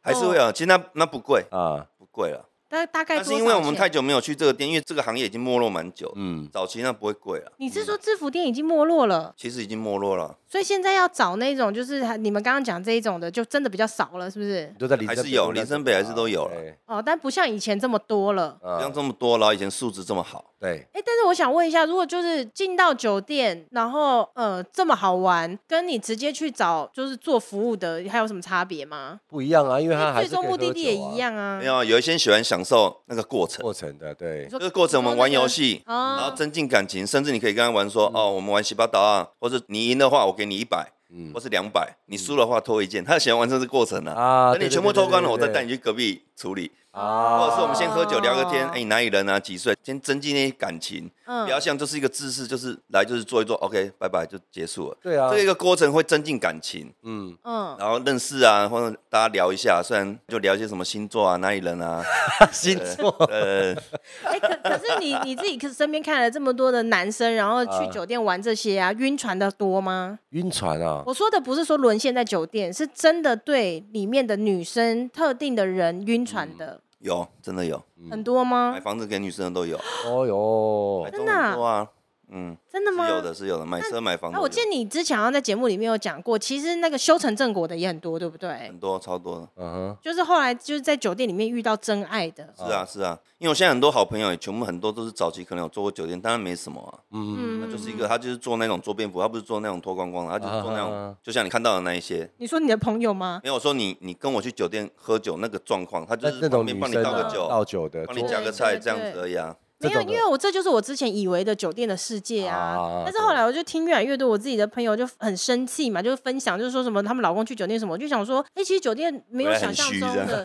还是会有，其实那那不贵，
啊，
不贵了。
大大概
但
多
是因为
少
我们
钱
太久没有去这个店，因为这个行业已经没落蛮久，
嗯，
早期那不会贵了，
你是说制服店已经没落了，
其实已经没落了，
所以现在要找那种就是你们刚刚讲这一种的，就真的比较少了，是不是？
都在林
还
森
是
北
有
那
林森
边
北还是都有
啊
了，
哦，但不像以前这么多了。
不
对
像
啊，
这么多，然后以前素质这么好，
对，
哎，但是我想问一下，如果就是进到酒店，然后呃这么好玩，跟你直接去找就是做服务的，还有什么差别吗？
不一样啊，因为
因为
他还
最
是
终
可以
目的
喝
地
酒
也
啊
一。样啊
没。有有一些喜欢享受那个过程。
过程的，对
你，说
这个过程我们玩游戏，然后
哦，
增进感情，甚至你可以跟他玩说，哦，我们玩洗八岛啊，或者你赢的话我给你一百，
嗯
或是两百，你输的话脱一件，他喜欢玩这个过程啊。
啊
等你全部脱光了，我再带
你
你去隔壁处理，
啊
或者是我们先喝酒聊个天，
哦
哎，你哪里人啊？几岁？先增进那些感情。
嗯
不要像就是一个姿势，就是来就是做一做，OK，拜拜就结束了。
对啊，
这个过程会增进感情，
嗯，
嗯，
然后认识啊，或者大家聊一下，虽然就聊一些什么星座啊、哪里 人啊，
星座
呃，
哎，可可是你你自己可身边看了这么多的男生，然后去
啊
酒店玩这些啊，晕船的多吗？
晕船啊，
我说的不是说沦陷在酒店，是真的对里面的女生特定的人晕船的、
有真的有，
很多吗
买？房子给女生的都有，
哦哟
台，
真
中
的啊
很多啊，嗯，
真的
是
吗？
有的是有的，买车买房都
那
有，
我记得你之前好像在节目里面有讲过，其实那个修成正果的也很多，对不对？
很多超多的。
嗯哼，
就是后来就是在酒店里面遇到真爱的，
是
哦
啊，是啊，因为我现在很多好朋友也全部很多都是早期可能有做过酒店，当然没什么啊，
嗯，
那
嗯，
就是一个他就是做那种做便服，他不是做那种脱光光的，他就是做那
啊啊
种
啊
就像你看到的那一些。
你说你的朋友吗？
没有我说你你跟我去酒店喝酒那个状况，他就
那
是
那
旁
种
边
女
帮你
生
倒个
的
酒，
倒酒的，
帮你
做
夹个
对
菜
对
这样子
对
而已啊。
没
这
有，
种
因
的
为我这就是我之前以为的酒店的世界啊。
啊
但是后来我就听越来越多，我自己的朋友就很生气嘛，就是分享，就是说什么他们老公去酒店什么，我就想说，哎、其实酒店没有
回来
想
很
象
虚
中
这样
的。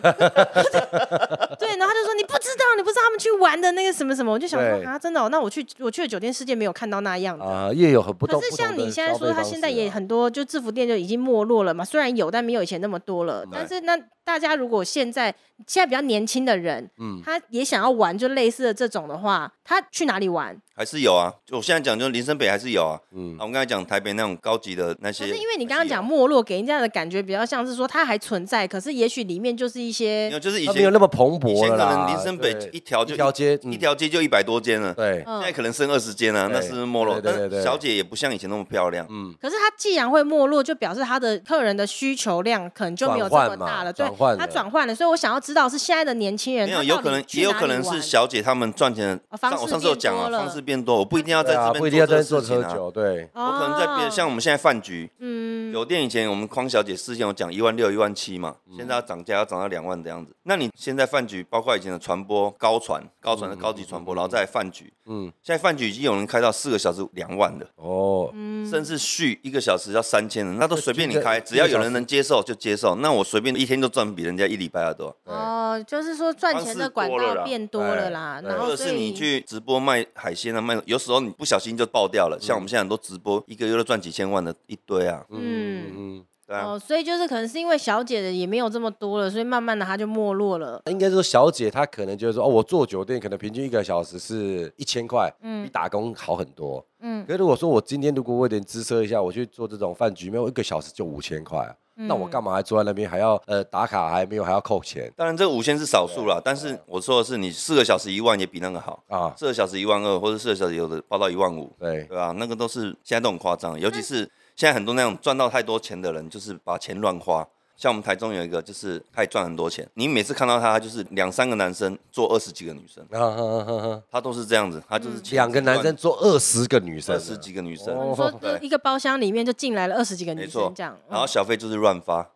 对，然后他就说你不知道，你不知道他们去玩的那个什么什么，我就想
对
说啊，真的、哦，那我去我去的酒店世界没有看到那样的。
啊，也有很不
可
同。
是
不
像
同的
你现在
消
说，
费
他
方
现在
式
也
啊
很多，就制服店就已经没落了嘛。虽然有，但没有以前那么多了。但是那大家如果现在现在比较年轻的人，
嗯
他也想要玩就类似的这种的话，他去哪里玩？
还是有啊，就我现在讲，就是林森北还是有啊。
嗯
嗯，啊，我们刚才讲台北那种高级的那
可
些，
哦是因为你
还
刚刚
有
讲，没落，给人家的感觉比较像是说它还存在，可是也许里面就是一
没有
些
就是以
它没有
前
那么蓬
以
勃
前
了
可
啦。
能林森北
对
一条就
一条街，嗯
一条街就一百多间了，
对，
现在
嗯。
可能剩二十间啊，
对
那是没落。
对对
但
对对
是小姐也不像以前那么漂亮，
嗯，
可是它既然会没落，就表示它的客人的需求量可能就没有这
转
么
换嘛
大了，对
转换，
它
了
转换了，所以我想要知道是现在的年轻人，
没
他
有，有
到
可
底
能
去
也有
哪
可
里
能是
玩
小姐她们赚钱的
哦方
上我
式
上次有
变
讲啊，
多了
方式变多，我不一定要
对
在
啊，
这
不
边
一定要
做
在
这
那做
个事情
喝
啊。
酒，对，
我可能在别
哦
像我们现在饭局
嗯，
酒店以前我们匡小姐事先有讲一万六一万七嘛，
嗯
现在要涨价要涨到两万的样子。那你现在饭局包括以前的传播高传高传的高级传播，然后再来饭局，
嗯
嗯，现在饭局已经有人开到四个小时两万的，
哦，
嗯
甚至续一个小时要三千的，那都随便你开，
就就
只要有人能接受就接受。那我随便一天就赚比人家一礼拜要多。
对
哦，就是说赚钱的管
方式多了
道
啦
变多了啦，
对
然
或
后
者
哦所
是你
以
去直播卖海鲜啊，卖有时候你不小心就爆掉了，像我们现在很多直播一个月都赚几千万的一堆啊，
嗯。
嗯，
对啊，
哦，所以就是可能是因为小姐的也没有这么多了，所以慢慢的她就没落了。
应该说小姐她可能觉得说，哦，我做酒店可能平均一个小时是一千块，
嗯
比打工好很多。
嗯
可是如果说我今天如果我有点姿色一下，我去做这种饭局，没有一个小时就五千块啊，
嗯
那我干嘛还坐在那边还要呃打卡，还没有还要扣钱
当然，这五千是少数
啊
啦，但是我说的是，你四个小时一万也比那个好，
啊？
四个小时一万二，或者四个小时有的报到一万五，
对啊
对，吧、那个都是现在都很夸张，尤其是现在很多那种赚到太多钱的人，就是把钱乱花。像我们台中有一个，就是他也赚很多钱，你每次看到他，他就是两三个男生做二十几个女生，
啊哈哈哈，
他都是这样子，他就是
嗯
钱
两个男生做二十个女生
二
啊，
十几个女生，
哦
你说就一个包厢里面就进来了二十几个
没
女
错
生这样，，
然后小费就是乱发，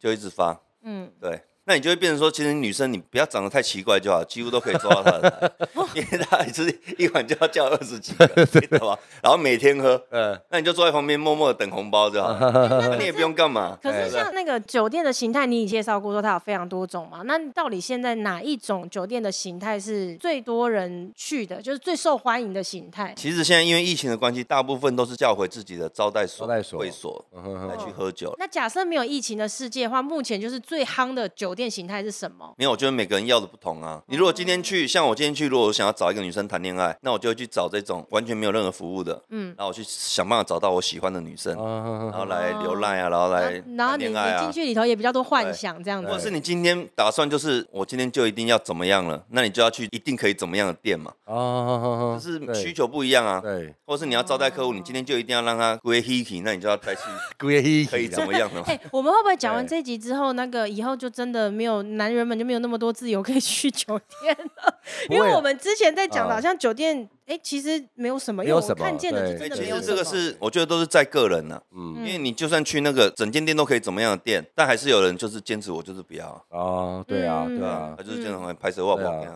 就一直发，
嗯，
对，那你就会变成说，其实女生你不要长得太奇怪就好，几乎都可以抓到她 的台，因为她也是一晚就要叫二十几个，你懂吗？然后每天喝，
嗯，
那你就坐在旁边默默的等红包就好 了，那你也不用干嘛。
可
哎
是像那个酒店的形态，你也介绍过说它有非常多种嘛，那到底现在哪一种酒店的形态是最多人去的，就是最受欢迎的形态？
其实现在因为疫情的关系，大部分都是叫回自己的招待所、
招待所
会所
嗯哼哼
来去喝酒。
那假设没有疫情的世界的话，目前就是最夯的酒店形态是什么？
没有，我觉得每个人要的不同
哦
啊。你如果今天去，像我今天去，如果我想要找一个女生谈恋爱，那我就会去找这种完全没有任何服务的，嗯，然后我去想办法找到我喜欢的女生，
啊哈哈
然后来浏览啊，然后来
然后
谈
你
恋
你
爱啊。
进去里头也比较多幻想这样
或者
子，
是你今天打算就是我今天就一定要怎么样了，那你就要去一定可以怎么样的店嘛，
啊哈哈，
就是
对
需求不一样啊。
对，
或者是你要招待客户，你今天就一定要让他归 hiki，那你就要 再去
故意
可以怎么样了嘛？
哎、我们会不会讲完这集之后，那个以后就真的没有男人们就没有那么多自由可以去酒店了？
不会
因为我们之前在讲的，
啊
好像酒店，哎、其实没有什么，
没
因
有
为
什
我
么
看见的
对
就真
哎
的
其
没有
实
什
这
么。
个是我觉得都是在个人呢、
嗯
因为你就算去那个整间店都可以怎么样的店，但还是有人就是坚持我就是不要啊，
啊，对啊，
嗯
对啊
他，就是经常会拍摄我不好
对
啊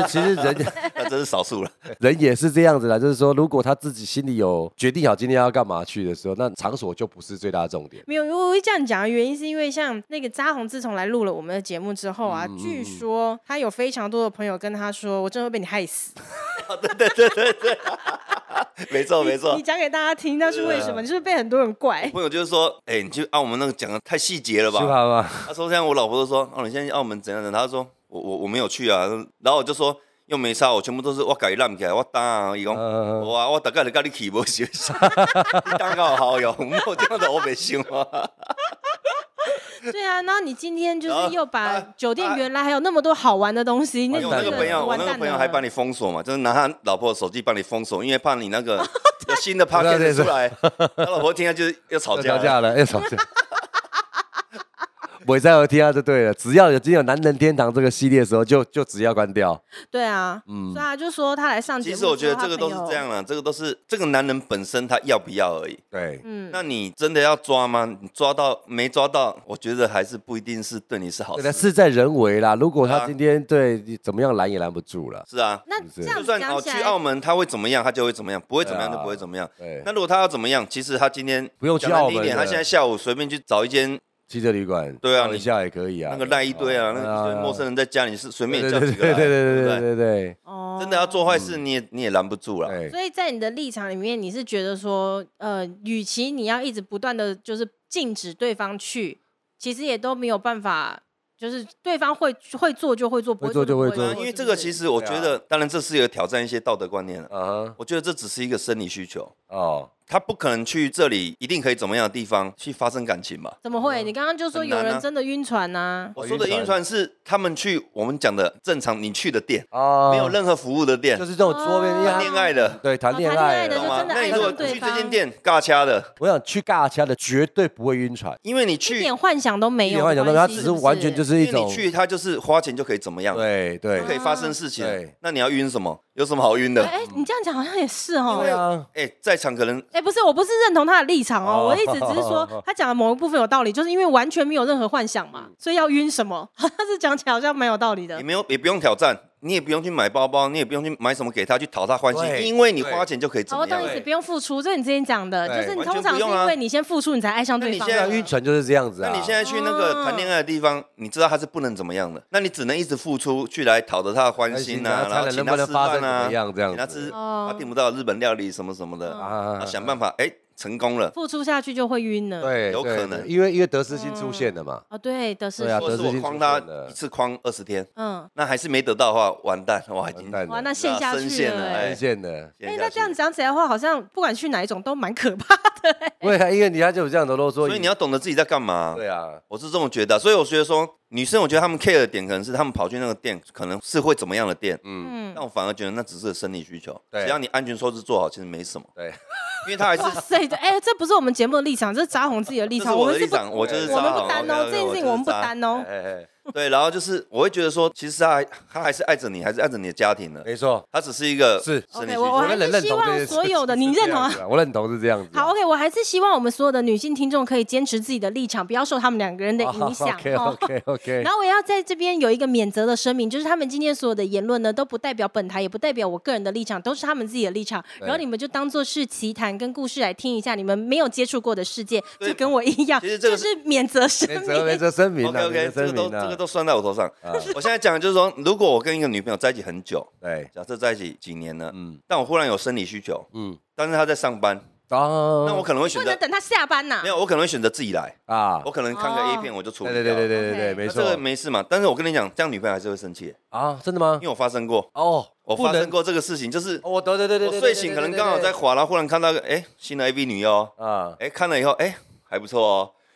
啊，其实其实人。
那真是少数了。
人也是这样子的，就是说，如果他自己心里有决定好今天要干嘛去的时候，那场所就不是最大的重点。
没有，我会这样讲的啊原因是因为像那个扎红，自从来录了我们的节目之后啊，据说他有非常多的朋友跟他说：“我真的会被你害死。
没错没错
你，讲给大家听，那是为什么？你是不是被很多人怪？
朋友就是说，哎、你去按我们那个讲的太细节了吧？
是吧吧？
他说这样，我老婆都说，哦，你现在去澳门怎样怎样？他说我我我没有去啊，然后我就说又没差，我全部都是我改烂起来，我当啊，伊讲
嗯
我啊，我大概就跟你起无学 习，你当个好友，没有这样的我没想啊，
对啊，然后你今天就
然后
是又把
啊
酒店
啊
原来还有那么多好玩的东西，
完
那
因为我
蛋
啊那个
了
朋友，我
完
那个
蛋
朋友还
了
帮你封锁嘛，就是拿他老婆的手机帮你封锁，因为怕你 那个有新的 p o c
我知道
a
这
s
是
出来，他老婆听到就是要吵架
吵
了。
架了，要哎吵架。 我在我听到就对了，只要有今天有男人天堂这个系列的时候，就就只要关掉。
对啊，
嗯
所以他就说他来上节
其
目，
实我觉得这个都是这，样啦，这个都是这个男人本身他要不要而已。
对，
嗯，
那你真的要抓吗？你抓到没抓到？我觉得还是不一定是对你是好
对
事。
的，事在人为啦。如果
对
他
啊
今天对你怎么样拦也拦不住了。
是啊，
那
不
这
是
样
就
子
算
讲
哦
起
去
来，
澳门他会怎么样，他就会怎么样，不会怎么样
对
就
啊
不会怎么样。
对
那，如果他要怎么样，其实他今天
不用去
讲难
澳
听一
门
点，
了，
他现在下午随便去找一间
汽车旅馆，
对啊
晃一
你
下也可以啊。
那个赖一堆啊，那个一堆陌生人在家里是随便
对
也
对
叫
对
几个
对对
来，
对
啊不
对对对
哦
真的要。做坏事，你也你也拦不住了。
对。
所以在你的立场里面，你是觉得说，呃，与其你要一直不断的就是禁止对方去，其实也都没有办法，就是对方会会做就会做，不
会
会
做就
不
会
会
做
对啊
对
因为这个其实我觉得，当然这是有挑战一些道德观念了。
啊
我觉得这只是一个生理需求，
哦，
他不可能去这里一定可以怎么样的地方去发生感情吧？
怎么会？你刚刚就说
很难
有
啊
人真的晕船啊呐、
我说的
哦晕
晕
船
船是他们去我们讲的正常你去的店，
哦，
没有任何服务的店
就，是这种桌面
哦
恋
谈
爱
恋爱的，
对谈
哦
恋
谈恋
爱
爱的
的
就
懂
嘛
吗
真？的
那
爱
你
上
如果
对
去这
方
间店尬掐的，
我想去尬掐的绝对不会晕船，
因为你
一
去，
点幻想都没
一
有
点
的
幻
关系，
想，它只是
是不是
完全就是一
因为
种
你去他就是花钱就可以怎么样，
对
就可
对
以发生事情
对。
那你要晕什么？有什么好晕的？
哎、哎你这样讲好像也是哦
对。啊，
哎、在场可能
哎、不是，我不是认同他的立场哦，
哦
我一直只是说他讲的某一部分有道理，就是因为完全没有任何幻想嘛，所以要晕什么， 好像是讲起来好像蛮有道理的
也。没有，也不用挑战，你也不用去买包包，你也不用去买什么给他去讨他欢
对
心，因为你
对
花钱就可以怎
好，我
么
懂
样
意
了。
思，不用付出，这是你之前讲的，
对
就是你
完
通
全
常
不
是
用啊
因为你先付出，你才爱上对
那
方
你
的。
现
那
在
晕船就是这样子
那
啊。
你现在去那个
哦
谈恋爱的地方，你知道他是不能怎么样的，那你只能一直付出去来讨得他的欢心啊，然
才
后
能
请
能不
他
能
吃
发生
饭
怎么
啊，
样这样
请他
子
吃
哦
他订不到日本料理什么什
嗯
么的，啊
啊
想办法哎成功了。
付出下去就会晕了。
对，
有
对对
可能
因为因为得失心出现了嘛，
哦，对的是
对，啊
或者
得
是
失
我
心
框
出现
他
了
一次框二十天，
嗯，
那还是没得到的话，完蛋，我已经
完蛋
哇，
了，
那陷下
深
去
陷
了、
了
哎
发现了。
哎、那这样
子，
讲起来的话，好像不管去哪一种都蛮可怕的、
对啊，因为你看就有这样的啰嗦，
所以你要懂得自己在干嘛。
对啊，
我是这么觉得啊，所以我觉得说，女生我觉得她们 care 的点可能是她们跑去那个店，可能是会怎么样的店，
嗯
但，我反而觉得那只是生理需求，
对
只要你安全措施做好，其实没什么，
对，
因为她还是
哇塞，这哎、这不是我们节目的立场，这是扎红自己的立
这
场，
是我的
们是
立
不，
场，我就是
我们
我们
渣
不
好
担哦，这件事情我们不担
哎
哦。
哎，
OK，OK，我就是渣对，然后就是我会觉得说，其实她还她还是爱着你，还是爱着你的家庭的
哎，没错，
她只是一个
是
生
OK，
理需
我
求。
还
们能
是
认
希
同这
望
件事
所有的
情
你
是
认
这
同啊
样子啊？我认同是这样子啊。
好，OK，我还是希望我们所有的女性听众可以坚持自己的立场，不要受他们两个人的 影响
OK
哦
OK OK
然。后我也要在这边有一个免责的声明，就是他们今天所有的言论呢，都不代表本台，也不代表我个人的立场，都是他们自己的立场。
对
然后你们就当做是奇谈跟故事来听一下，你们没有接触过的世界，
对
就跟我一样，
其实这个
是免责声
没责没
明。
责声明
OK
啊，没
OK，
责
这个
声
都
明
这个
啊，
都算在我头上
啊。
我现在讲的就是说，如果我跟一个女朋友在一起很久，
对，
假设在一起几年了，
嗯
但我忽然有生理需求，
嗯，
但是她在上班，
嗯
当
那我可能会选
不
择
能等他下班呐、
没有，我可能会选择自己来，
啊
我，可能看个 A 片我就处理
对
掉
对对
了。
对对对对，
OK
没
那
错
这个没事嘛。但是我跟你讲，这样女朋友还是会生气，
啊，真的吗
因？为我发生过，
哦，
我发生，过这个事情，就是
哦，我对对对对，
我
对
睡醒可能刚好在滑，然后忽然看到个哎新的 AV 女优哦，
啊，
哎看了以后哎还不错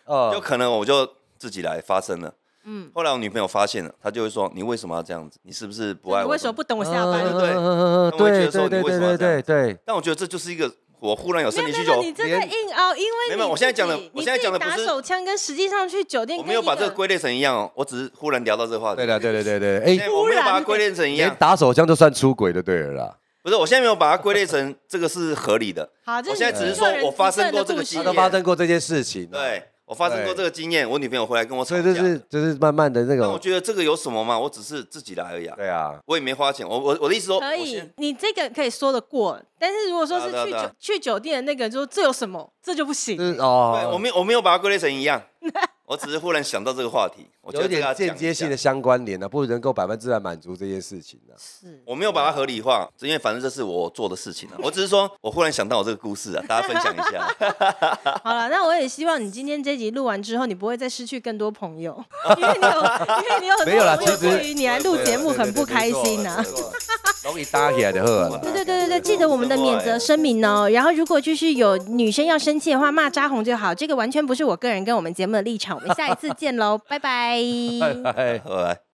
哦，就
哦，
可能我就自己来发生了。
嗯，
后来我女朋友发现了，她就会说你为什么要这样子？你是不是不爱
你
我？
为什么不等我下
呃
班？
嗯对
对对对对对对对，
但我觉得这就是一个我忽然有生
没
理
有
需
没有，
求，
你真的硬哦凹，因为
没有
你
没有我现在
自己
讲的我
你
现
自
在
己
讲的不
打
是
手枪跟实际上去酒店，
我没有把这个。归类成一样哦，我只是忽然聊到这个话题
对。的对哎对对对，哎
哎，我没有把
忽
它
然
归类成一
连
样，
打手枪就算出轨就对了啦，
不是，我现在没有把它归类成这个是合 理的。
好，这
我现在
你
只是
个
说
人
我发
自身
生
的
过这个
故事
他
经
都
验
发生过这件事情，，
对我发生过
对
这个经验，我女朋友回来跟我吵
所
架，
以就是就是慢慢的那
但我
种，
觉得这个有什么嘛？我只是自己来而已啊，
对啊，
我也没花钱。我我我的意思说，
可
我
以
先，
你这个可以说得过，但是如果说是
对啊
去
对啊对
酒
啊
去酒店的那个，就这有什么，这就不行。
就是
对我
哦，
没有我没有把它归类成一 样，我只是忽然想到这个话题，我觉
有
得
一
这个要
点
讲一
间接
下
性的，相关联呢，不能够百分之百满足这件事情呢，
是，
我没有把它合理化，因为反正这是我做的事情啊。我只是说我忽然想到我这个故事啊，大家分享一下。
好了，那我也希望你今天这集录完之后，你不会再失去更多朋友， 因为你有，因为你有很
没有啦
多朋友
其实
对于你来录节目很不开心呐、啊
对对对对对容易搭起来的喝
对
了。
对对对对，记得我们的免责声明哦。然后，如果就是有女生要生气的话，骂扎红就好。这 个完全不是我个人跟我们节目的立场。我们下一次见喽，拜拜。
哎
喝来。